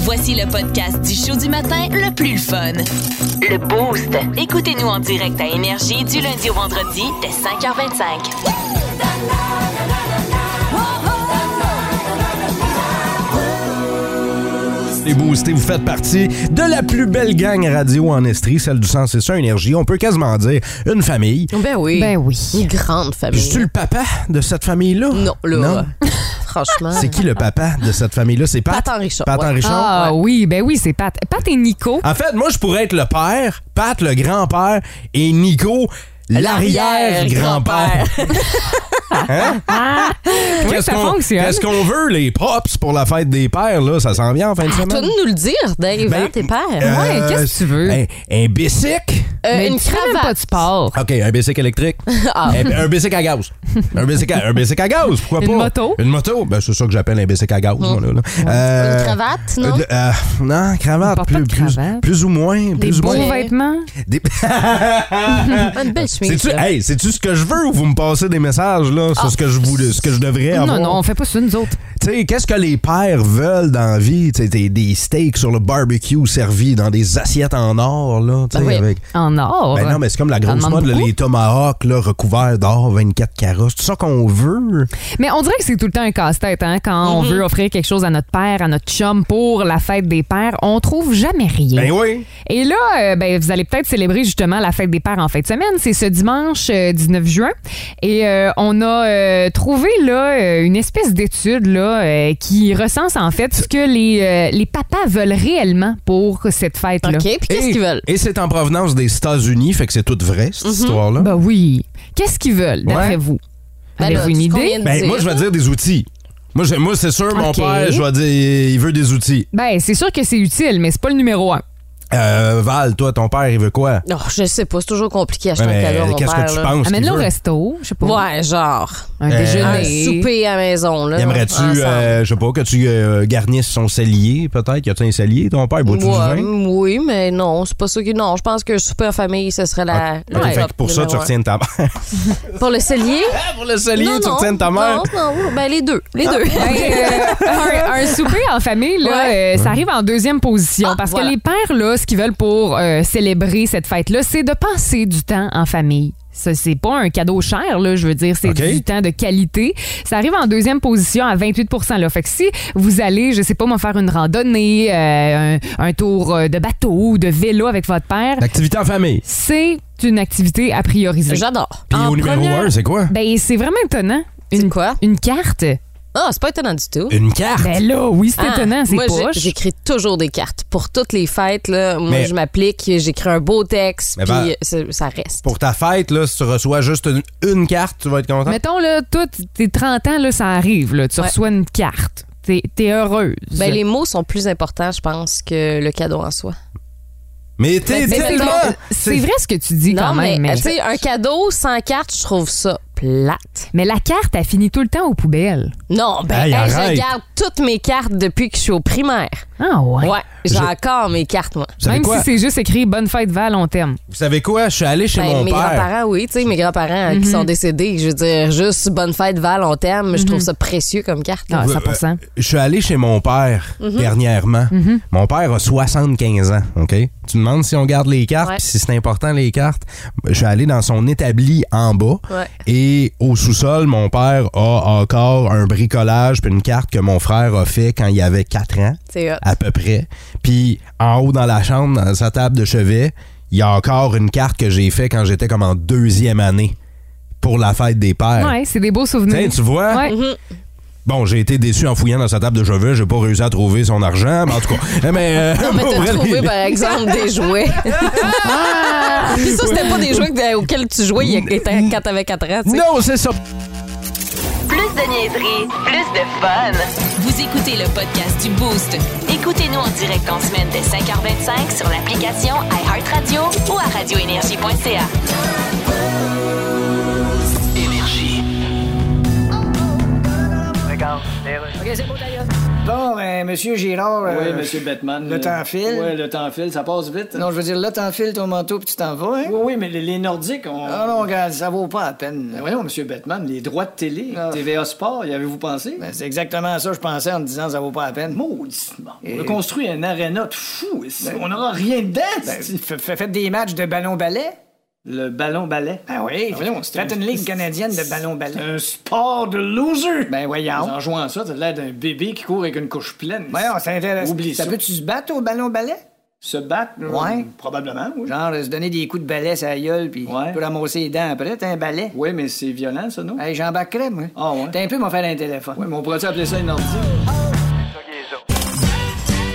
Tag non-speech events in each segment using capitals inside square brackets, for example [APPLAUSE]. Voici le podcast du show du matin le plus le fun. Le Boost. Écoutez-nous en direct à Énergie du lundi au vendredi dès 5h25. Les boostés, vous faites partie de la plus belle gang radio en Estrie, celle du sens et ça, énergie. On peut quasiment dire une famille. Ben oui. Ben oui. Une grande Je famille. suis le papa de cette famille-là? Non, là. Non? [LAUGHS] Franchement. C'est qui le papa de cette famille-là? C'est Pat? Pat en Richard, Pat en ouais. Euh, Richard? Ah oui, ben oui, c'est Pat. Pat et Nico. En fait, moi, je pourrais être le père, Pat le grand-père et Nico [LAUGHS] l'arrière-grand-père. Oui, ça qu'on fonctionne. qu'est-ce qu'on veut, les props pour la fête des pères, là? Ça s'en vient en fin de Ah, Toi semaine? de nous le dire, Dave, Ben, hein, tes pères. euh, Ouais, qu'est-ce que tu veux? Un, un bicycle? Euh, Mais une tu fais même cravate. pas de sport. OK, un bicycle [LAUGHS] électrique. Ah. Un, un bicycle à gaz. Un bicycle à, un bicycle à gaz, pourquoi [LAUGHS] Une pas? moto? Oh. Une moto? Ben, c'est ça que j'appelle un bicycle à gaz, moi, là. là. Euh, Une cravate, non? euh, euh, non, cravate, porte plus, pas de plus- cravate. plus ou moins. Des plus ou beaux moins. vêtements. Des- Une belle chemise. C'est-tu là. hey, c'est-tu ce que je veux ou vous me passez des messages là, sur ce, que je voulais, ce que je devrais avoir? Ah. Non, non, on fait pas ça, nous autres. Tu sais, qu'est-ce que les pères veulent dans la vie? Tu sais, des- des steaks sur le barbecue servis dans des assiettes en or. Là, tu sais, Ben oui. avec... En or. Ben non, mais c'est comme la Ça grosse demande mode, là, beaucoup. les tomahawks là, recouverts d'or, 24 carats. C'est ça qu'on veut? Mais on dirait que c'est tout le temps un casse-tête, hein, quand Mm-hmm. on veut offrir quelque chose à notre père, à notre chum pour la fête des pères. On trouve jamais rien. Ben oui. Et là, euh, ben, vous allez peut-être célébrer justement la fête des pères en fin de semaine. C'est ce dimanche euh, 19 juin. Et euh, on a euh, trouvé là, euh, une espèce d'étude là, euh, qui recense en fait ce que les, euh, les papas veulent réellement pour cette fête-là. OK, puis qu'est-ce Et- qu'ils Ben, veulent? Et c'est en provenance des États-Unis, fait que c'est tout vrai, cette Mm-hmm. histoire-là. Ben oui. Qu'est-ce qu'ils veulent, d'après Ouais. vous? Ben là, Avez-vous une ce qu'on idée? vient de Ben, dire. moi, je vais dire des outils. Moi, j'ai- moi c'est sûr, mon Ok. père, je vais dire, il veut des outils. Ben, c'est sûr que c'est utile, mais c'est pas le numéro un. Euh, Val, toi, ton père, il veut quoi? Non, Oh, je sais pas, c'est toujours compliqué à acheter Ouais, un mais cadeau à mon Qu'est-ce père, que tu là. penses? qu'il Amène-le au veut? resto, je sais pas. Ouais, genre. Un Euh, déjeuner. Un souper à la maison, là. Aimerais-tu, ensemble. euh, je sais pas, que tu euh, garnisses son cellier, peut-être? Y a-tu un cellier, ton père? Bois-tu Ouais, du vin? oui, mais non, c'est pas ça que. Non, je pense que souper en famille, ce serait la. Ok, Ouais, fait que pour ça, tu numéro un. retiens de ta mère. [LAUGHS] Pour le cellier? pour le cellier, non, tu non, retiens de ta mère. Ah. Non, non, ben les deux. Les deux. [LAUGHS] Ben, euh, un, un souper en famille, là, euh, ça arrive en deuxième position. Ah, parce voilà. que les pères, là, ce qu'ils veulent pour euh, célébrer cette fête-là, c'est de passer du temps en famille. Ça, c'est pas un cadeau cher, là, je veux dire, c'est OK. du temps de qualité. Ça arrive en deuxième position à 28 là. Fait que si vous allez, je sais pas, moi, faire une randonnée, euh, un, un tour euh, de bateau ou de vélo avec votre père, L'activité en famille. c'est une activité à prioriser. J'adore. Puis En au numéro première- un, c'est quoi? Ben, c'est vraiment étonnant. C'est Une, quoi? une carte? Ah, c'est pas étonnant du tout. Une carte. Ben là, oui, c'est Ah, étonnant, c'est moi, j'ai- poche. J'écris toujours des cartes. Pour toutes les fêtes, là, moi, Mais- je m'applique, j'écris un beau texte, Mais puis ben- c'est- ça reste. Pour ta fête, là, si tu reçois juste une, une carte, tu vas être content. Mettons, là, toi, t- tes 30 ans, là, ça arrive. Là. Tu Ouais. reçois une carte. T'es es heureuse. Ben, les mots sont plus importants, je pense, que le cadeau en soi. Mais t'es Mais tellement. mettons, c'est vrai ce que tu dis non, quand mais, même. tu sais, un cadeau sans carte, je trouve ça plate. mais la carte, elle finit tout le temps aux poubelles. Non, Hey, ben, hey, je arrête. garde toutes mes cartes depuis que je suis au primaire. Ah ouais. Ouais, j'ai Je- encore mes cartes, moi. Vous savez Même quoi? si c'est juste écrit Bonne fête Val, on t'aime. Vous savez quoi? Je suis allé chez Ben, mon mes père. grands-parents, oui, tu sais, mes grands-parents Mhm. euh, qui sont décédés, je veux dire, juste bonne fête, Val, on t'aime, je Mhm. trouve ça précieux comme carte. là. Ah, Ouais, 100 Je suis allé chez mon père Mhm. dernièrement. Mon père a 75 ans, OK? Tu demandes si on garde les cartes, Ouais. puis si c'est important les cartes. Je suis allé dans son établi en bas Ouais. et au sous-sol, mon père a encore un bricolage puis une carte que mon frère a fait quand il avait 4 ans. C'est hot. à peu près. Puis en haut dans la chambre, dans sa table de chevet, il y a encore une carte que j'ai faite quand j'étais comme en deuxième année pour la fête des pères. Ouais, c'est des beaux Tu sais, souvenirs. euh, tu vois? hein? Ouais. Bon, j'ai été déçu en fouillant dans sa table de chevet, j'ai pas réussi à trouver son argent, mais en [LAUGHS] tout cas. Mais, euh, Non, mais pour t'as vrai, trouvé, ben, les- Ah! par [LAUGHS] exemple, des jouets. Ah! Puis ça, c'était pas des jouets que- auxquels tu jouais il y a- quand t'avais 4 ans, tu sais. Non, c'est ça. Plus de niaiserie, plus de fun. Vous écoutez le podcast du Boost. Écoutez-nous en direct en semaine dès 5h25 sur l'application iHeartRadio ou à radioénergie.ca. Bon, euh, monsieur Girard. Oui, euh, monsieur Bettman. Le temps file. Oui, le temps file, ça passe vite. Non, je veux dire, là, t'enfiles ton manteau puis tu t'en vas, hein? Oui, oui, mais les- les Nordiques ont. Ah non, regarde, ça vaut pas la peine. là. Ben voyons, monsieur Bettman, les droits de télé, Ah. TVA Sport, y avez-vous pensé? Ben, c'est exactement à ça que je pensais en me disant ça vaut pas la peine. Mauditement. Et- On a construit un aréna de fou. ici. on n'aura rien dedans. Ben, ici. f- f- faites des matchs de ballon-ballet? Le ballon-ballet. Ben oui, Ah, voyons, c'est faites un- une ligue canadienne de C'est ballon-ballet. un sport de loser. Ben voyons. En jouant à ça, t'as l'air d'un bébé qui court avec une couche pleine. Voyons, c'est intéressant. Oublie ça. peut-tu se battre au ballon-ballet? Se battre? euh, Ouais. probablement, oui. Genre, euh, se donner des coups de balai sur la gueule, puis Ouais. tu peux ramasser les dents après, t'as un balai. Oui, mais c'est violent, ça, non? Hey, j'embarquerais, moi. Ah ouais? T'as un peu, m'en faire un téléphone. Oui, mais on pourrait-tu appeler ça une ordi?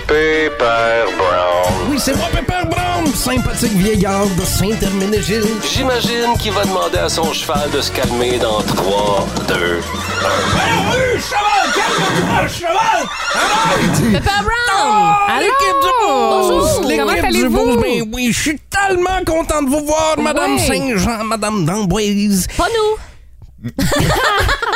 Paper Brown. Oui, c'est moi, Pepper Brown, sympathique vieillard de Saint-Herménégil. J'imagine qu'il va demander à son cheval de se calmer dans 3, 2, Peppa Brown! Ah, Allô! Bonjour! L'équipe Comment du allez-vous? Beauce, ben oui, je suis tellement content de vous voir, Madame Ouais. Saint-Jean, Madame d'Amboise. Pas nous!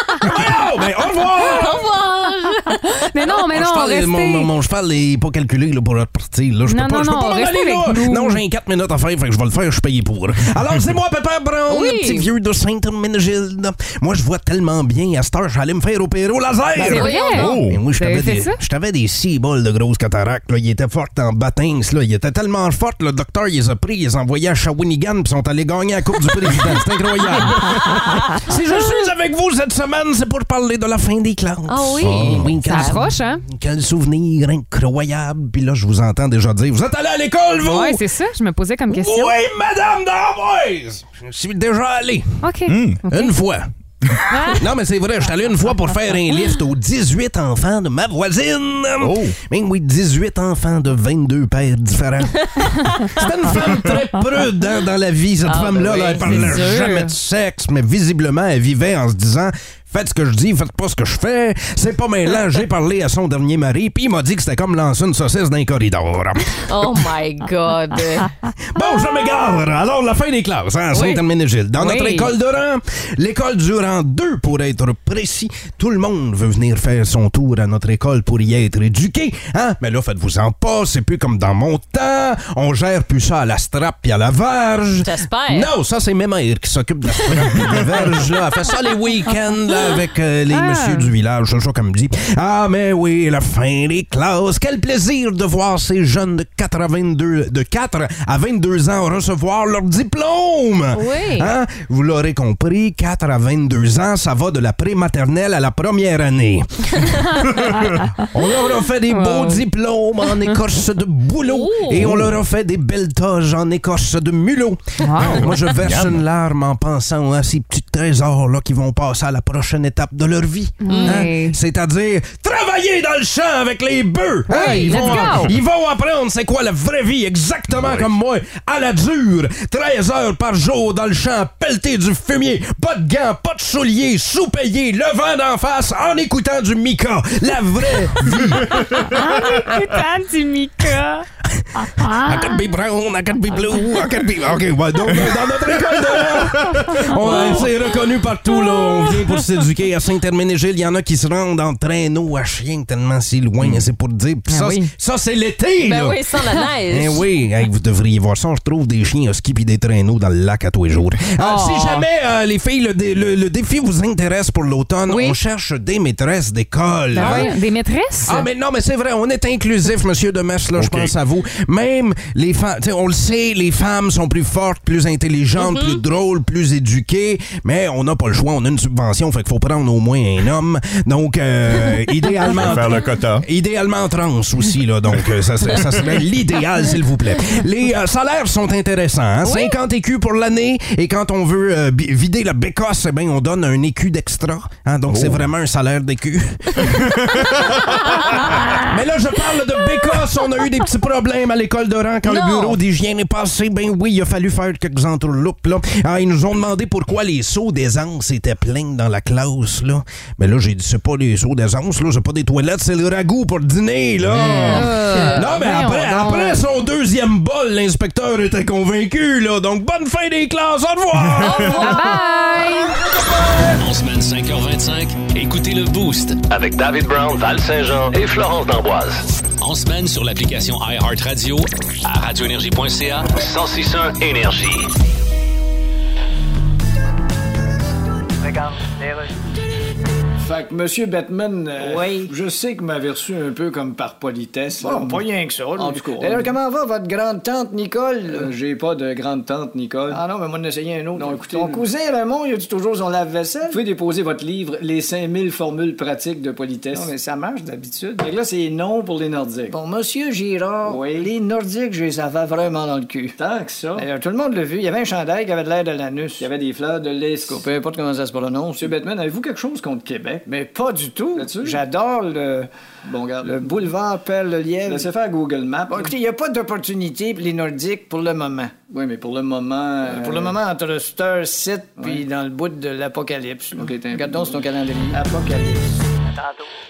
Oh, ben au Ah, revoir! Au revoir! Mais non, mais Mon non, cheval est- restez. mon, mon- mon cheval est pas calculé là, pour votre partie. Là. Je peux Non, pas, non, je peux non, pas m'en restez aller, avec là. nous. Non, j'ai 4 minutes à faire, fait que je vais le faire, je suis payé [LAUGHS] pour. Alors, c'est moi, Pépère Brown, Oui. le petit vieux de Saint-Herménégilde. Moi, je vois tellement bien à cette heure, j'allais me faire opérer au laser. Ben, c'est vrai. Oh, mais moi, je Vous t'avais avez fait des- ça? je t'avais des six bols de grosses cataractes. Là. Ils étaient fortes en battings. Là. Ils étaient tellement fortes, le docteur, il les a pris, il les a envoyés à Shawinigan, puis sont allés gagner la Coupe du Président. C'est incroyable. si je suis avec vous cette semaine, c'est pour parler de la fin des classes. Ah oui. quel- Ça approche, hein? Quel souvenir incroyable. Puis là, je vous entends déjà dire Vous êtes allé à l'école, vous Ouais, c'est ça. Je me posais comme question. Oui, madame d'Amboise Je suis déjà allé. OK. Ah. Une fois. non, mais c'est vrai, je suis allé une fois pour faire un lift aux 18 enfants de ma voisine. Oh. Même oui, 18 enfants de 22 pères [LAUGHS] différents. C'était une femme très prude hein, dans la vie, cette femme-là. ben là, oui, elle parlait c'est sûr. jamais de sexe, mais visiblement, elle vivait en se disant Faites ce que je dis, faites pas ce que je fais. C'est pas mêlant. J'ai parlé à son dernier mari, puis il m'a dit que c'était comme lancer une saucisse dans les corridors. [LAUGHS] Oh [LAUGHS] my God! Bon, je m'égare. Alors, la fin des classes, hein, à Oui. Saint-Herménégilde. Dans Oui. notre école de rang, l'école du rang 2, pour être précis, tout le monde veut venir faire son tour à notre école pour y être éduqué. Hein? Mais là, faites-vous-en pas, c'est plus comme dans mon temps. On gère plus ça à la strap et à la verge. J'espère. Non, ça, c'est mes mères qui s'occupent de la strap et de la [LAUGHS] verge. Là. Elle fait ça les week-ends là, avec euh, les Ah. messieurs du village, c'est ça qu'elle me dit. Ah, mais oui, la fin des classes. Quel plaisir de voir ces jeunes de 82, de 4 à 22 ans recevoir leur diplôme. Oui. Hein? Vous l'aurez compris, 4 à 22 ans, ça va de la prématernelle à la première année. on leur a fait des beaux diplômes en écorce de boulot Oh. et on leur a fait des belles toges en écorce de mulot. Moi, je verse une larme en pensant à ces petits trésors-là qui vont passer à la prochaine étape de leur vie. Oui. Hein? C'est-à-dire travailler dans le champ avec les bœufs. Hein? Oui, ils, let's vont, go. ils vont apprendre c'est quoi la vraie vie, exactement comme moi, à la dure. 13 heures par jour dans le champ, pelleté du fumier, pas de gants, pas de souliers, sous-payé, le vent d'en face, en écoutant du Mika. La vraie vie. Putain, Mika! Ah. I could be brown, I could be blue, I could be... OK, ouais, donc, euh, dans notre école de on euh, c'est reconnu partout, là. On vient pour s'éduquer à Saint-Herménégil. Il y en a qui se rendent en traîneau à chien tellement c'est loin, c'est pour dire. Puis Ah ça, oui. c'est- ça, c'est l'été, Ben là. oui, [LAUGHS] sans la neige! Eh oui, hey, vous devriez voir ça. On retrouve des chiens husky puis des traîneaux dans le lac à tous les jours. Euh, Oh. Si jamais, euh, les filles, le, dé- le- le défi vous intéresse pour l'automne, Oui. Ben on cherche des maîtresses d'école. hein. Ah Des maîtresses? Ah, mais non, mais c'est vrai, on est inclusif, monsieur de Metz, là, je pense à vous. Même les femmes, tu sais, on le sait, les femmes sont plus fortes, plus Mhm. intelligentes, plus drôles, plus éduquées, mais on n'a pas le choix, on a une subvention, fait qu'il faut prendre au moins un homme. Donc, [LAUGHS] euh, idéalement. Faire le quota. Idéalement trans aussi, là, donc euh, ça, serait- ça [LAUGHS] serait l'idéal, s'il vous plaît. Les euh, salaires sont intéressants. hein? 50 écus pour l'année, et quand on veut euh, bi- vider la bécosse, eh ben, on donne un écu d'extra. hein, donc Oh. c'est vraiment un salaire d'écu. Mais là, je parle de bécosse, tous, on a eu des petits problèmes à l'école de rang quand le Non. bureau d'hygiène est passé. Ben oui, il a fallu faire quelques entourloupes. Là. Ah, ils nous ont demandé pourquoi les seaux d'aisance étaient pleins dans la classe. Là. Mais là, j'ai dit, c'est pas les seaux d'aisance, là, c'est pas des toilettes, c'est le ragoût pour le dîner. Là. non, mais voyons après, donc. après son deuxième bol, l'inspecteur était convaincu. Là. Donc, bonne fin des classes, au revoir! En semaine 5h25, écoutez le Boost. Avec David Brown, Val Saint-Jean et Florence D'Amboise. En semaine sur l'application iHeartRadio à radioénergie.ca. 1061 Énergie. Fait que Monsieur Batman, euh, Oui. je sais que m'avait reçu un peu comme par politesse. là. Bon, Oh, pas rien que ça. là. En tout cas. D'ailleurs, comment va votre grande-tante Nicole? là? Euh, J'ai pas de grande tante Nicole. Ah non, mais moi, on a essayé un autre. Non, écoutez, Ton nous- cousin Raymond, il a dit toujours son Vous lave-vaisselle? pouvez déposer votre livre Les 5000 formules pratiques de politesse. Non, mais ça marche d'habitude. Fait que là, c'est non pour les Nordiques. Bon, Monsieur Girard, Oui. les Nordiques, je les avais vraiment dans le cul. Tant que ça. D'ailleurs, tout le monde l'a vu. Il y avait un chandail qui avait de l'air de l'anus. Il y avait des fleurs de lys. Peu importe comment ça se prononce. Monsieur Batman, avez-vous quelque chose contre Québec? Mais pas du tout. Là-dessus? J'adore le, Bon, regarde. le boulevard Perle-le-Lièvre. Laissez faire Google Maps. Bon, écoutez, il n'y a pas d'opportunité pour les Nordiques pour le moment. Oui, mais pour le moment. euh, Pour le moment, entre Star City puis dans le bout de l'apocalypse. Ok, t'es un peu- Regarde donc sur ton calendrier. Apocalypse.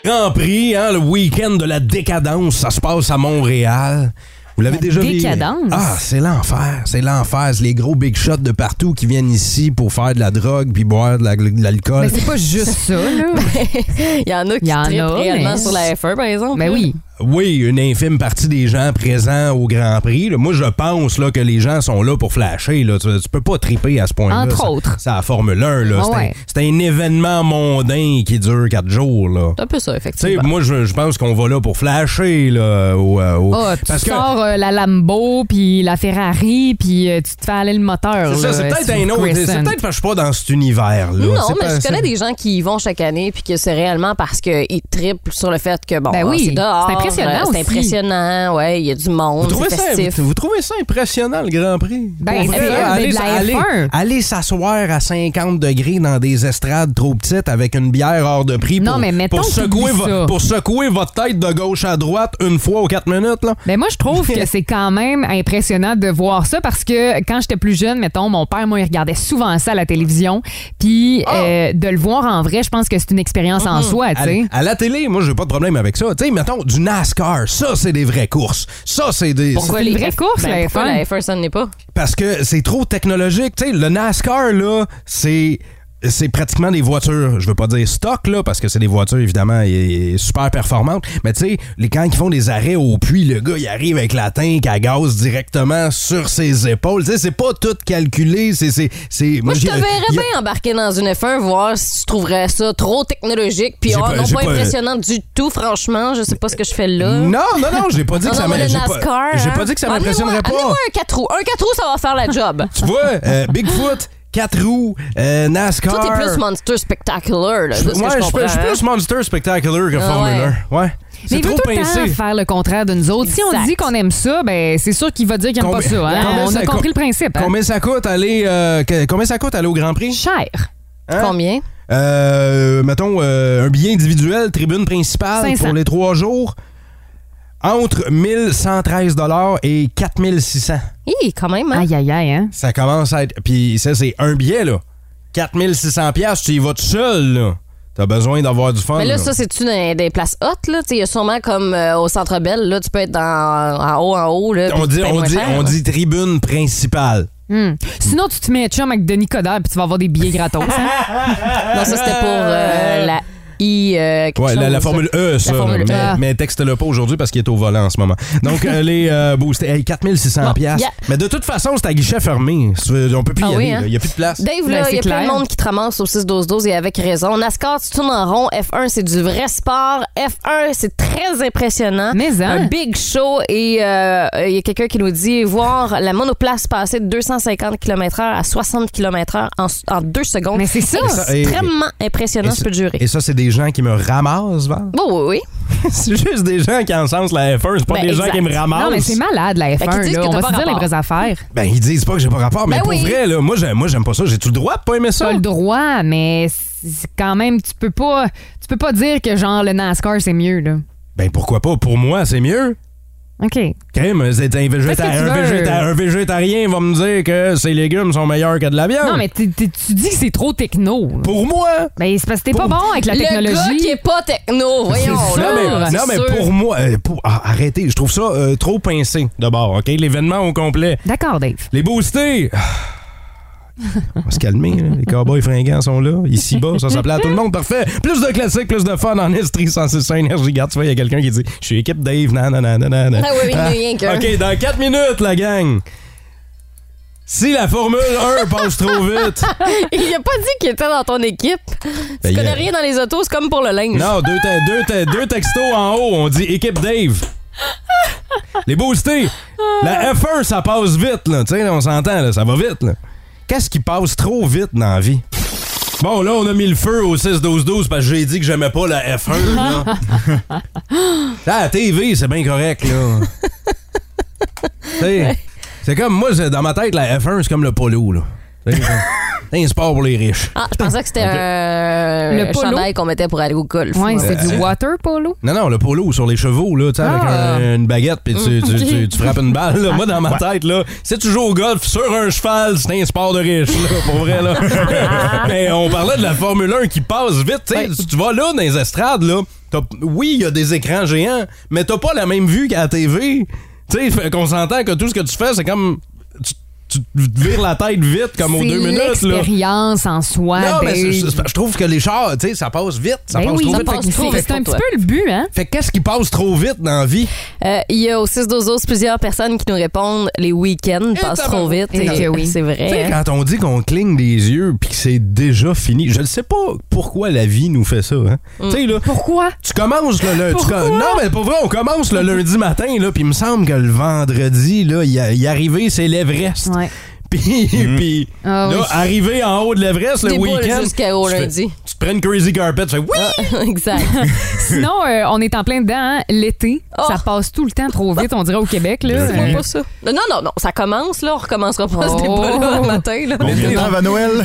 Grand Prix, hein, le week-end de la décadence, ça se passe à Montréal. Vous l'avez La déjà vu? décadence? Ah, c'est l'enfer, c'est l'enfer. C'est les gros big shots de partout qui viennent ici pour faire de la drogue puis boire de la- de l'alcool. Mais c'est pas juste ça, [LAUGHS] là. [LAUGHS] Il y en a qui Il y en trippent a, réellement mais- sur la F1, par exemple. Mais Ben oui. Oui, une infime partie des gens présents au Grand Prix. là. Moi, je pense là, que les gens sont là pour flasher. Là. Tu, tu peux pas triper à ce point-là. Entre Ça- autres. C'est la Formule 1. là. Ah C'est un- ouais. c'est un, événement mondain qui dure quatre jours. Là. C'est un peu ça, Tu sais, effectivement. moi, je, je pense qu'on va là pour flasher. Là, au- euh, au- Ah, tu Parce que- sors euh, la Lambo, puis la Ferrari, puis euh, tu te fais aller le moteur. C'est ça, là, euh, c'est peut-être sur un autre. Crescent. C'est peut-être parce que je suis pas dans cet univers-là. Non, C'est mais pas- je connais c'est- des gens qui y vont chaque année puis que c'est réellement parce qu'ils trippent sur le fait que, bon, Ben hein, oui, c'est dehors. c'est impressionnant euh, C'est aussi. impressionnant, ouais, il y a du monde, Vous trouvez, c'est ça, festif. vous trouvez ça impressionnant, le Grand Prix? Ben, Pour c'est vrai, vrai, allez- de la allez- F1. allez s'asseoir à 50 degrés dans des estrades trop petites avec une bière hors de prix Non, pour, mais mettons pour, que secouer t'oublies vo- ça. pour secouer votre tête de gauche à droite une fois aux 4 minutes. Là. Ben moi, je trouve [LAUGHS] que c'est quand même impressionnant de voir ça parce que quand j'étais plus jeune, mettons, mon père, moi, il regardait souvent ça à la télévision. Puis Ah! euh, de le voir en vrai, je pense que c'est une expérience en soi, tu À, sais. à la télé, moi, j'ai pas de problème avec ça. Tu sais, mettons, du NASCAR, ça, c'est des vraies courses. Ça, c'est des... Pourquoi les vraies courses, Ben, la pourquoi F1? la F1, ça n'est pas? parce que c'est trop technologique. Tu sais, le NASCAR, là, c'est. C'est pratiquement des voitures, je veux pas dire stock, là, parce que c'est des voitures, évidemment, et- et super performantes. Mais tu sais, les quand ils font des arrêts au puits, le gars, il arrive avec la tank à gaz directement sur ses épaules. Tu sais, c'est pas tout calculé, c'est... c'est- c'est- Moi, je te j'ai- verrais il y a- bien embarquer dans une F1, voir si tu trouverais ça trop technologique, puis J'ai oh, pas- non j'ai pas pas- impressionnant du tout, franchement. Je sais pas ce que je fais là. Non, non, non, j'ai pas dit Non, que ça [LAUGHS] non, moi, le m'a- j'ai pas- NASCAR, J'ai hein. pas dit que ça Amenez-moi- m'impressionnerait pas. Amenez-moi un 4 roues. Un 4 roues, ça va faire la job. Tu vois, euh, Bigfoot, 4 roues, euh, NASCAR... Toi, t'es plus Monster Spectacular, là. Je- de ce ouais, que je je suis- comprends. je suis hein. plus Monster Spectacular que Ah Formule 1. Ouais. Mais C'est il veut trop tout le temps pincé. faire le contraire de nous autres. Si on Exact. dit qu'on aime ça, ben c'est sûr qu'il va dire qu'il aime pas Combien- ça. hein? combien On ça- a compris le principe. hein? Combien ça coûte aller euh, que- combien ça coûte aller au Grand Prix Cher. Hein? Combien? Euh, mettons euh, un billet individuel tribune principale 500. pour les trois jours entre 1113 dollars et 4600. Hi, quand même, hein? Aïe, aïe, aïe, hein? Ça commence à être puis ça c'est un billet là. 4600 pièces, tu y vas tout seul là. T'as besoin d'avoir du fun. Mais là, là. ça, c'est-tu dans des places hautes, là? Tu sais, Il y a sûrement comme euh, au Centre Bell, là, tu peux être dans, en haut, en haut, là. puis on tu dit payes on moins dit cher, on là. dit tribune principale. Hmm. Sinon, tu te mets chum avec Denis Coderre puis tu vas avoir des billets [LAUGHS] gratos. hein? Non, ça, c'était pour euh, la I. euh, quelque Ouais, la, chose. la Formule E, ça. La là, Formule mais, E. mais texte-le pas aujourd'hui parce qu'il est au volant en ce moment. Donc, euh, les euh, boostés, hey, 4600 Bon, piastres. yeah. Mais de toute façon, c'est à guichet fermé. Si tu veux, On peut plus Ah y oui, aller. hein? Il n'y a plus de place. Dave, Ben, là, c'est il y a plein de clair. monde qui te ramasse au 6-12-12 et avec raison. NASCAR, tu tournes en rond. F1, c'est du vrai sport. F1, c'est très impressionnant. Mais, hein? Un big show. Et euh, il y a quelqu'un qui nous dit voir la monoplace passer de 250 km/h à 60 km/h en, en deux secondes. Mais c'est ça. ça, et- Extrêmement impressionnant, et- je peux te jurer. Et ça, c'est des gens qui me ramassent, [LAUGHS] Val. Bon, Oh, oui, oui. c'est juste des gens qui encensent la F1. C'est pas Ben, des gens exact. qui me ramassent. Non, mais c'est malade, la qu'ils disent F1. Là. que On t'as va pas se dire les rapport. vraies affaires. Ben, ils disent pas que j'ai pas rapport, mais Ben pour oui. vrai, là, moi, j'ai- moi, j'aime pas ça. J'ai tout le droit de pas aimer ça. T'as le droit, mais c'est quand même, tu peux pas, tu peux pas dire que genre le NASCAR c'est mieux là. Ben, pourquoi pas? Pour moi, c'est mieux. OK. OK, mais c'est un, végéta- Qu'est-ce que tu un veux? végéta- un végétarien va me dire que ses légumes sont meilleurs que de la viande. Non, mais t'es- t'es- tu dis que c'est trop techno. là. Ah Pour moi, Ben, c'est parce que t'es pas Pour- bon avec la Le gars qui technologie. est pas techno, voyons. C'est là. sûr. Non, mais, non, C'est mais sûr. pour moi, euh, pour- ah, arrêtez, je trouve ça euh, trop pincé de bord, OK? L'événement au complet. D'accord, Dave. Les boostés! [SIGHS] On va se calmer, là. les cowboys fringants sont là, ici bas, ça s'appelait à tout le monde, parfait. Plus de classiques, plus de fun en Estrie, 165 énergie. Regarde, tu vois, il y a quelqu'un qui dit Je suis équipe Dave, nan, nan, nan, nan, nan, nan. Ah oui, hein. oui, il y en [LAUGHS] a rien qu'un. OK, dans 4 minutes, la gang. Si la Formule 1 passe trop vite. [LAUGHS] Il a pas dit qu'il était dans ton équipe. Ben, tu il y connais a- rien dans les autos, c'est comme pour le linge. Non, deux, te- deux, te- deux textos en haut, on dit équipe Dave. Les boostés. La F1, ça passe vite, là. Tu sais, là, on s'entend, là, ça va vite, là. Qu'est-ce qui passe trop vite dans la vie? Bon, là, on a mis le feu au 6-12-12 parce que j'ai dit que j'aimais pas la F1, là. Ah, la TV, c'est bien correct, là. Tu sais, c'est comme, moi, c'est- dans ma tête, la F1, c'est comme le polo, là. Tu sais, C'est un sport pour les riches. Ah, je pensais que c'était un, Le un polo. chandail qu'on mettait pour aller au golf. Ouais, Moi. c'est du water polo. Non, non, le polo sur les chevaux, là, tu sais, avec Ah. un- une baguette, puis tu, tu, tu- tu frappes une balle. là. Moi, dans [LAUGHS] ma tête, là, si tu joues au golf sur un cheval, c'est un sport de riche, là, pour vrai, là. [LAUGHS] Mais on parlait de la Formule 1 qui passe vite, tu sais. Tu vas là, dans les estrades, là, t'as- oui, il y a des écrans géants, mais t'as pas la même vue qu'à la TV. Tu sais, fait qu'on s'entend que tout ce que tu fais, c'est comme... Tu, tu te vires la tête vite, comme aux C'est deux minutes, là. l'expérience en soi. Non, mais Dave. c'est- c'est- je trouve que les chars, tu sais, ça passe vite. Ça Ben passe oui, trop ça vite. passe Fait que- trop fait- vite. c'est un pour petit peu le but, hein? fait que qu'est-ce qui passe trop vite dans la vie? Euh, Il y a au 6 12 il y a personnes qui nous répondent les week-ends passent trop vite. Et que Et [LAUGHS] oui. C'est Tu sais, vrai. hein. quand on dit qu'on cligne des yeux puis que c'est déjà fini, je ne sais pas pourquoi la vie nous fait ça. Hein? Mm. Tu sais, là, Pourquoi? tu commences le lundi. tu com- Non, mais pour vrai, on commence le lundi matin, là, puis il me semble que le vendredi, là, y, a- y arriver, c'est l'Everest. Ouais. [LAUGHS] Puis, Mm. puis Ah là, oui. arriver en haut de l'Everest le Des boules week-end. jusqu'au tu fais- lundi. Tu te prends une crazy carpet, tu fais oui! Ah, [LAUGHS] exact. [LAUGHS] Sinon, euh, on est en plein dedans, hein? l'été. Oh. Ça passe tout le temps trop vite, on dirait au Québec. Là. C'est pas ça. Euh, Non, non, non, ça commence, là. On recommencera pas ce Oh. débat-là le matin. Là. Combien de temps va [LAUGHS] Noël?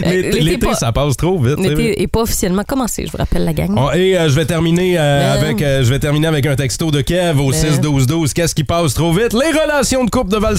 L'été, Euh, l'été l'été, pas- ça passe trop vite. tu sais. L'été n'est pas officiellement commencé, je vous rappelle la gang. Oh, et euh, je vais terminer euh, Ben. avec euh, je vais terminer avec un texto de Kev au 6 12 12. Qu'est-ce qui passe trop vite Les relations de couple de Val Allez [LAUGHS]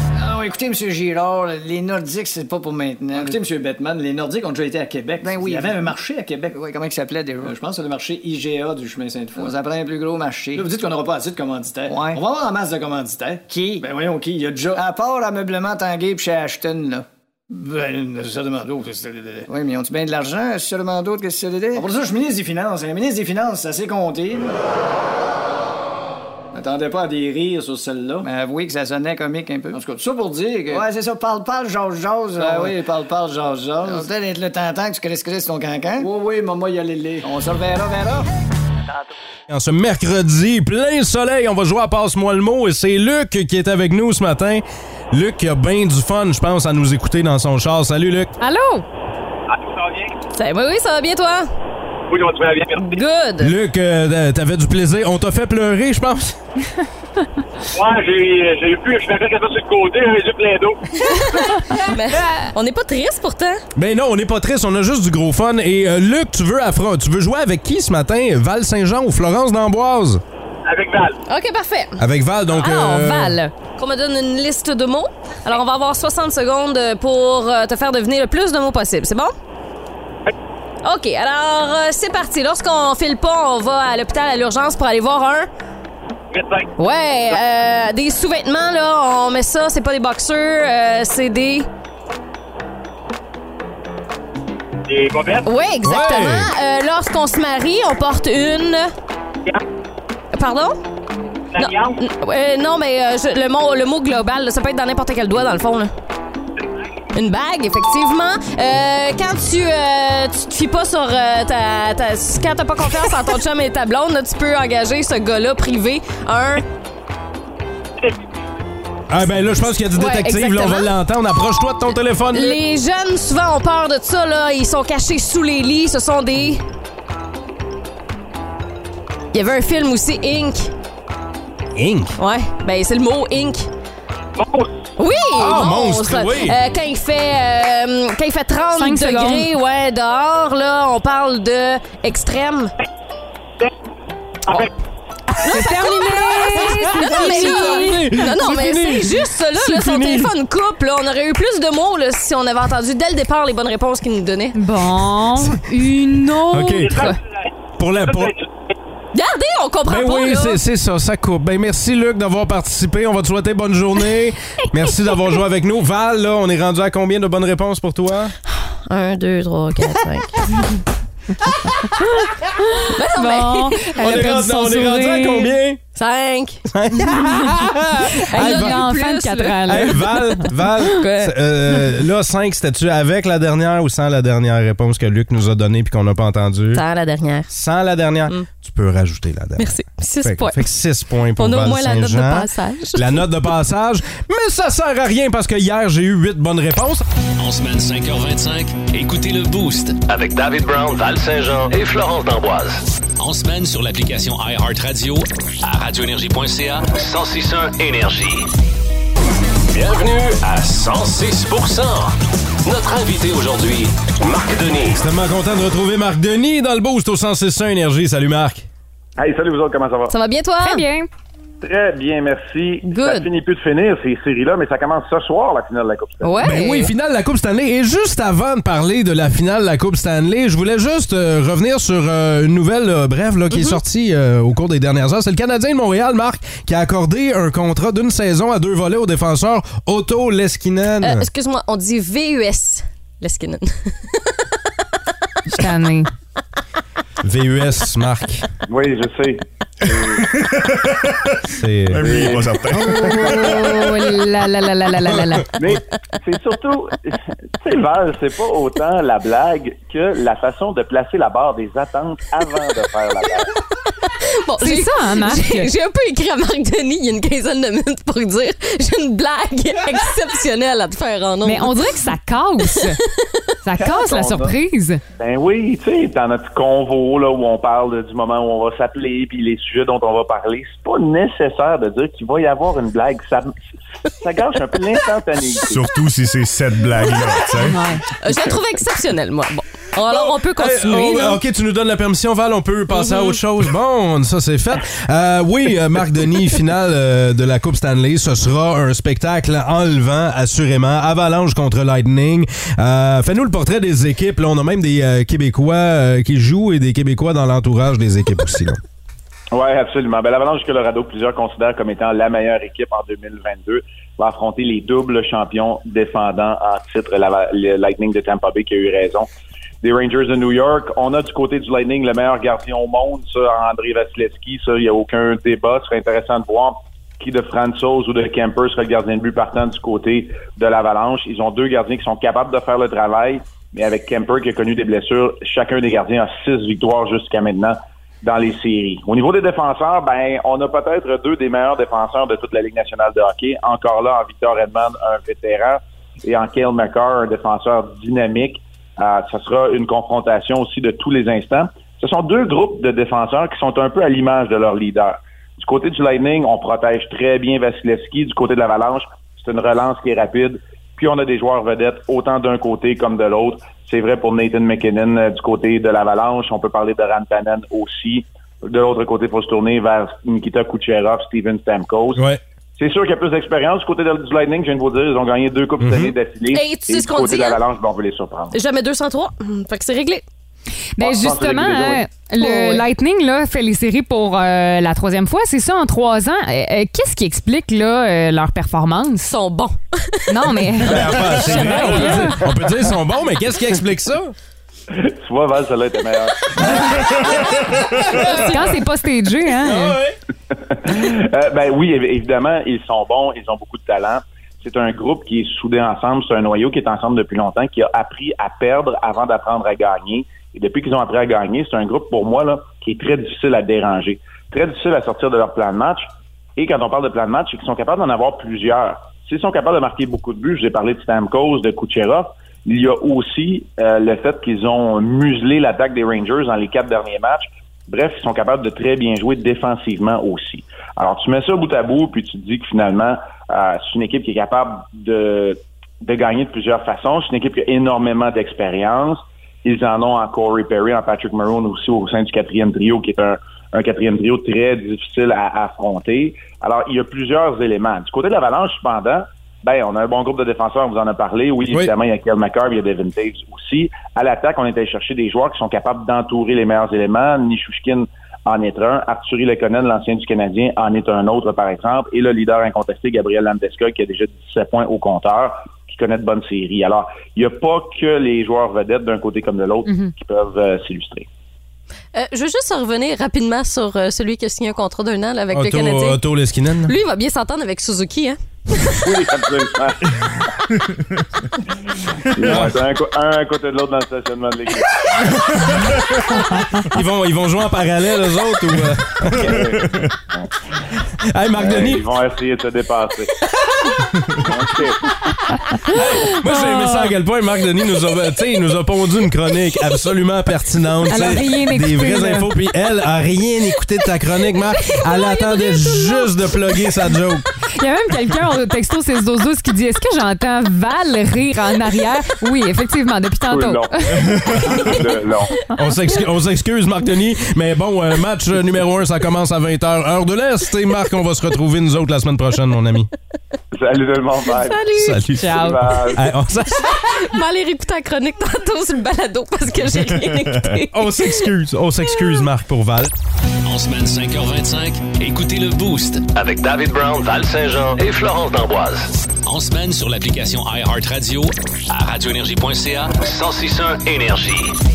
Ah, ouais, écoutez, M. Girard, les Nordiques, c'est pas pour maintenant. Ah, Écoutez, M. Bettman, les Nordiques ont déjà été à Québec. Ben oui. Il y avait un marché à Québec. Ouais, comment il s'appelait déjà? Euh, Je pense que c'est le marché IGA du chemin Sainte-Foy. Ça prend un plus gros marché. Là, vous dites qu'on n'aura pas assez de commanditaires. Ouais. On va avoir en masse de commanditaires. Qui? Ben voyons qui, il y a déjà... À part ameublement Tanguay pis chez Ashton, là. Ben, ça demande d'autres. c'est- Oui, mais ils ont-tu bien de l'argent? Sûrement d'autres que CDD. Ah, Pour ça, je suis ministre des Finances. Le ministre des Finances, ça s'est compté. N'attendez pas à des rires sur celle-là. Mais Ben, avouez que ça sonnait comique un peu. En tout cas, tout ça pour dire que. Ouais, c'est ça. Parle, parle, jase, jase. ah On- oui, parle, parle, Georges hein. On va Georges. peut-être être le tentant que tu connaisses Chris ton cancan. Oui, oui, maman, y allait les. On se reverra, verra. En ce mercredi, plein soleil, on va jouer à passe-moi le mot et c'est Luc qui est avec nous ce matin. Luc qui a bien du fun, je pense, à nous écouter dans son char. Salut Luc. Allô? Ça- Ben oui, oui, ça va bien, toi? Good. [LAUGHS] Luc, euh, t'avais du plaisir. On t'a fait pleurer, je pense. Ouais, j'ai j'ai pu, je m'appelle quelqu'un sur le côté, j'ai eu plein d'eau. Mais on n'est pas triste pourtant. Ben non, on n'est pas triste, on a juste du gros fun. Et euh, Luc, tu veux affron- tu veux jouer avec qui ce matin Val Saint-Jean ou Florence d'Amboise Avec Val. OK, parfait. Avec Val, donc. Alors, euh, Ah, Val, qu'on me donne une liste de mots. Alors, on va avoir 60 secondes pour euh, te faire devenir le plus de mots possible. C'est bon? OK, alors, euh, c'est parti. Lorsqu'on file pas, on va à l'hôpital à l'urgence pour aller voir un. Médecin. Ouais, euh, des sous-vêtements, là, on met ça, c'est pas des boxeurs, euh, c'est des. Des bobettes. Ouais, exactement. Euh, Lorsqu'on se marie, on porte une. Pardon? La viande. N- euh, non, mais euh, je- le, mot, le mot global, là, ça peut être dans n'importe quel doigt, dans le fond. là. Une bague, effectivement. Euh, quand tu, euh, tu te fies pas sur euh, ta, ta- Quand t'as pas confiance en ton chum et ta blonde, là, tu peux engager ce gars-là privé. Un. Ah ben là, je pense qu'il y a du Ouais, détective, là, on va exactement. l'entendre. Approche-toi de ton téléphone. Nick. Les jeunes, souvent, ont peur de ça, là. Ils sont cachés sous les lits. Ce sont des. Il y avait un film aussi, Inc. Inc. Ouais, ben c'est le mot Inc. Oui! Ah, monstre, oui. Euh, quand, il fait, euh, quand il fait 30 Cinq degrés secondes. ouais, dehors, là, on parle de extrême. Ah, C'est terminé! Non, mais là, non, non, mais c'est juste ça, là, là, son téléphone coupe. Là, on aurait eu plus de mots là, si on avait entendu dès le départ les bonnes réponses qu'il nous donnait. [LAUGHS] Bon, une autre. OK. Pour la... Pour... Regardez, on comprend Ben pas. oui, là. c'est- c'est ça, ça coupe. Ben merci Luc d'avoir participé. On va te souhaiter bonne [LAUGHS] journée. merci d'avoir joué avec nous. Val, là, on est rendu à combien de bonnes réponses pour toi? 1, 2, 3, 4, 5. [LAUGHS] Ben Bon, On est, rendu, on est rendu à combien? 5. Hey, il y en Val, a enfant plus, de 4 là. ans. là. Hey, Val, [LAUGHS] Val, c'est- euh, là, 5, c'était-tu avec la dernière ou sans la dernière réponse que Luc nous a donnée puis qu'on n'a pas entendue? Sans la dernière. Sans la dernière, tu peux rajouter la dernière. Mm. Merci. 6 Fait, points. fait que 6 points pour On a au Val moins la note de Saint-Jean. passage. La note de passage. Mais ça sert à rien parce que hier, j'ai eu 8 bonnes réponses. En semaine 5h25, écoutez le Boost. Avec David Brown, Val Saint-Jean et Florence D'Amboise. En semaine sur l'application iHeartRadio à radioénergie.ca. 1061 Énergie. Bienvenue à 106 Notre invité aujourd'hui, Marc Denis. Tellement content de retrouver Marc Denis dans le boost au 106.1 Énergie. Salut Marc. Hey, salut vous autres, comment ça va? Ça va bien, toi? Très bien. Très bien, merci. Ça Good. finit plus de finir ces séries-là, mais ça commence ce soir, la finale de la Coupe Stanley. Ouais. Ben oui, finale de la Coupe Stanley. Et juste avant de parler de la finale de la Coupe Stanley, je voulais juste euh, revenir sur euh, une nouvelle euh, brève là, qui Mm-hmm. est sortie euh, au cours des dernières heures. C'est le Canadien de Montréal, Marc, qui a accordé un contrat d'une saison à deux volets au défenseur Otto Leskinen. Euh, Excuse-moi, on dit VUS. Leskinen. [LAUGHS] Je suis tannée. VUS, Marc. Oui, je sais. C'est... Oui, pas certain. Oh là là là là là là là là. Mais c'est surtout, [LAUGHS] tu sais, Val, c'est pas autant la blague que la façon de placer la barre des attentes avant de faire la blague. Bon, C'est j'ai- ça, hein, Marc? J'ai j'ai un peu écrit à Marc Denis il y a une quinzaine de minutes pour dire [LAUGHS] j'ai une blague [LAUGHS] exceptionnelle à te faire en nom. Mais on dirait que ça casse. Ça casse la surprise. Ben oui, tu sais, dans notre convo là où on parle du moment où on va s'appeler puis les sujets dont on va parler, c'est pas nécessaire de dire qu'il va y avoir une blague. Ça, ça gâche un peu l'instantanéité. Surtout si c'est cette blague-là, tu sais. Euh, Je la trouve exceptionnelle, moi. Bon. Alors, on peut continuer. Euh, oh, là. Mm-hmm. OK, tu nous donnes la permission, Val, on peut passer à autre chose. Bon, ça c'est fait. Euh, oui, euh, Marc Denis, [LAUGHS] finale euh, de la Coupe Stanley, ce sera un spectacle enlevant, assurément. Avalanche contre Lightning. Euh, Fais-nous le portrait des équipes. Là, on a même des euh, Québécois euh, qui jouent et des Québécois dans l'entourage des équipes aussi. là. Ouais, absolument. Ben, l'Avalanche du Colorado, plusieurs considèrent comme étant la meilleure équipe en 2022. Va affronter les doubles champions défendants en titre, la- le Lightning de Tampa Bay qui a eu raison. Des Rangers de New York. On a du côté du Lightning le meilleur gardien au monde, ça, André Vasilevski. Ça, il n'y a aucun débat. Ce serait intéressant de voir qui de Franzos ou de Kemper serait le gardien de but partant du côté de l'Avalanche. Ils ont deux gardiens qui sont capables de faire le travail, mais avec Kemper qui a connu des blessures, chacun des gardiens a six victoires jusqu'à maintenant dans les séries. Au niveau des défenseurs, ben, on a peut-être deux des meilleurs défenseurs de toute la Ligue nationale de hockey. Encore là, en Victor Edmond, un vétéran, et en Kale McCarr, un défenseur dynamique. Euh, ça sera une confrontation aussi de tous les instants. Ce sont deux groupes de défenseurs qui sont un peu à l'image de leur leader. Du côté du Lightning, on protège très bien Vasilevski. Du côté de l'Avalanche, c'est une relance qui est rapide. Puis on a des joueurs vedettes autant d'un côté comme de l'autre. C'est vrai pour Nathan McKinnon euh, du côté de l'Avalanche. On peut parler de Rantanen aussi. De l'autre côté, il faut se tourner vers Nikita Kucherov, Steven Stamkos. Ouais. C'est sûr qu'il y a plus d'expérience. Du côté de- du Lightning, je viens de vous dire, ils ont gagné deux coupes d'année d'affilée. Hey, tu sais ce du qu'on côté dit, de hein? l'Avalanche, ben, on veut les surprendre. Jamais 203. Hum, Fait que c'est réglé. Ben Ouais, je pense que justement, c'est réglé, hein, oui. le Oh, ouais. Lightning là, fait les séries pour euh, la troisième fois, c'est ça, en trois ans. Euh, euh, Qu'est-ce qui explique là, euh, leur performance? Ils sont bons. Non, [LAUGHS] mais Ben, enfin, c'est vrai, on, peut dire, on peut dire qu'ils sont bons, mais qu'est-ce qui explique ça? Tu vois, Val, celle-là était meilleure. quand c'est pas stagé, hein? Euh, ben oui, évi- évidemment, ils sont bons, ils ont beaucoup de talent. C'est un groupe qui est soudé ensemble, c'est un noyau qui est ensemble depuis longtemps, qui a appris à perdre avant d'apprendre à gagner. Et depuis qu'ils ont appris à gagner, c'est un groupe pour moi là, qui est très difficile à déranger, très difficile à sortir de leur plan de match. Et quand on parle de plan de match, c'est qu'ils sont capables d'en avoir plusieurs. S'ils sont capables de marquer beaucoup de buts, j'ai parlé de Stamkos, de Kucherov, il y a aussi euh, le fait qu'ils ont muselé l'attaque des Rangers dans les quatre derniers matchs. Bref, ils sont capables de très bien jouer défensivement aussi. Alors, tu mets ça bout à bout, puis tu te dis que finalement, euh, c'est une équipe qui est capable de, de gagner de plusieurs façons. C'est une équipe qui a énormément d'expérience. Ils en ont en Corey Perry, en Patrick Maroon aussi au sein du quatrième trio, qui est un, un quatrième trio très difficile à, à affronter. Alors, il y a plusieurs éléments. Du côté de l'Avalanche, cependant, ben, on a un bon groupe de défenseurs, on vous en a parlé. Oui, évidemment, il y a Kyle McCarr, il y a Devin Taves aussi. À l'attaque, on est allé chercher des joueurs qui sont capables d'entourer les meilleurs éléments. Nishushkin en est un. Arturi Lekonen, l'ancien du Canadien, en est un autre, par exemple. Et le leader incontesté, Gabriel Landeskog, qui a déjà 17 points au compteur, qui connaît de bonnes séries. Alors, il n'y a pas que les joueurs vedettes d'un côté comme de l'autre Mhm. qui peuvent euh, s'illustrer. Euh, je veux juste revenir rapidement sur euh, celui qui a signé un contrat d'un an là, avec le Otto, Canadien. Otto Leskinen. [LAUGHS] Lui, il va bien s'entendre avec Suzuki, hein? Oui, [LAUGHS] absolument. Ils vont être un, co- un à côté de l'autre dans le stationnement de l'équipe. ils, vont, ils vont jouer en parallèle, eux autres, ou... euh? hey, Marc Euh, Denis, Ils vont essayer de se dépasser. OK. moi, j'ai aimé ça à quel point Marc Denis nous a, tu sais, il nous a pondu une chronique absolument pertinente. Elle tu a sais, rien Des écouté, vraies là. infos, puis elle a rien écouté de ta chronique, [LAUGHS] Marc. Elle attendait juste de plugger sa joke. Il y a même quelqu'un au texto 6 12 12 qui dit Est-ce que j'entends Val rire en arrière Oui, effectivement, depuis Tout le tantôt. long. Tout le long. On s'excuse, on s'excuse, Marc Denis, mais bon, euh, match euh, numéro 1, ça commence à 20h, heure de l'Est. Et Marc, on va se retrouver, nous autres, la semaine prochaine, mon ami. Salut tout le monde. Bye. Salut. Ciao. Bye. Hey, on s'en- Mais allez réécouter la chronique tantôt sur le balado parce que j'ai rien écouté. on s'excuse, on s'excuse, Marc, pour Val. En semaine 5h25, écoutez le Boost. Avec David Brown, Val Saint-Jean et Florence D'Amboise. En semaine sur l'application iHeartRadio à radioénergie.ca. 1061 Énergie.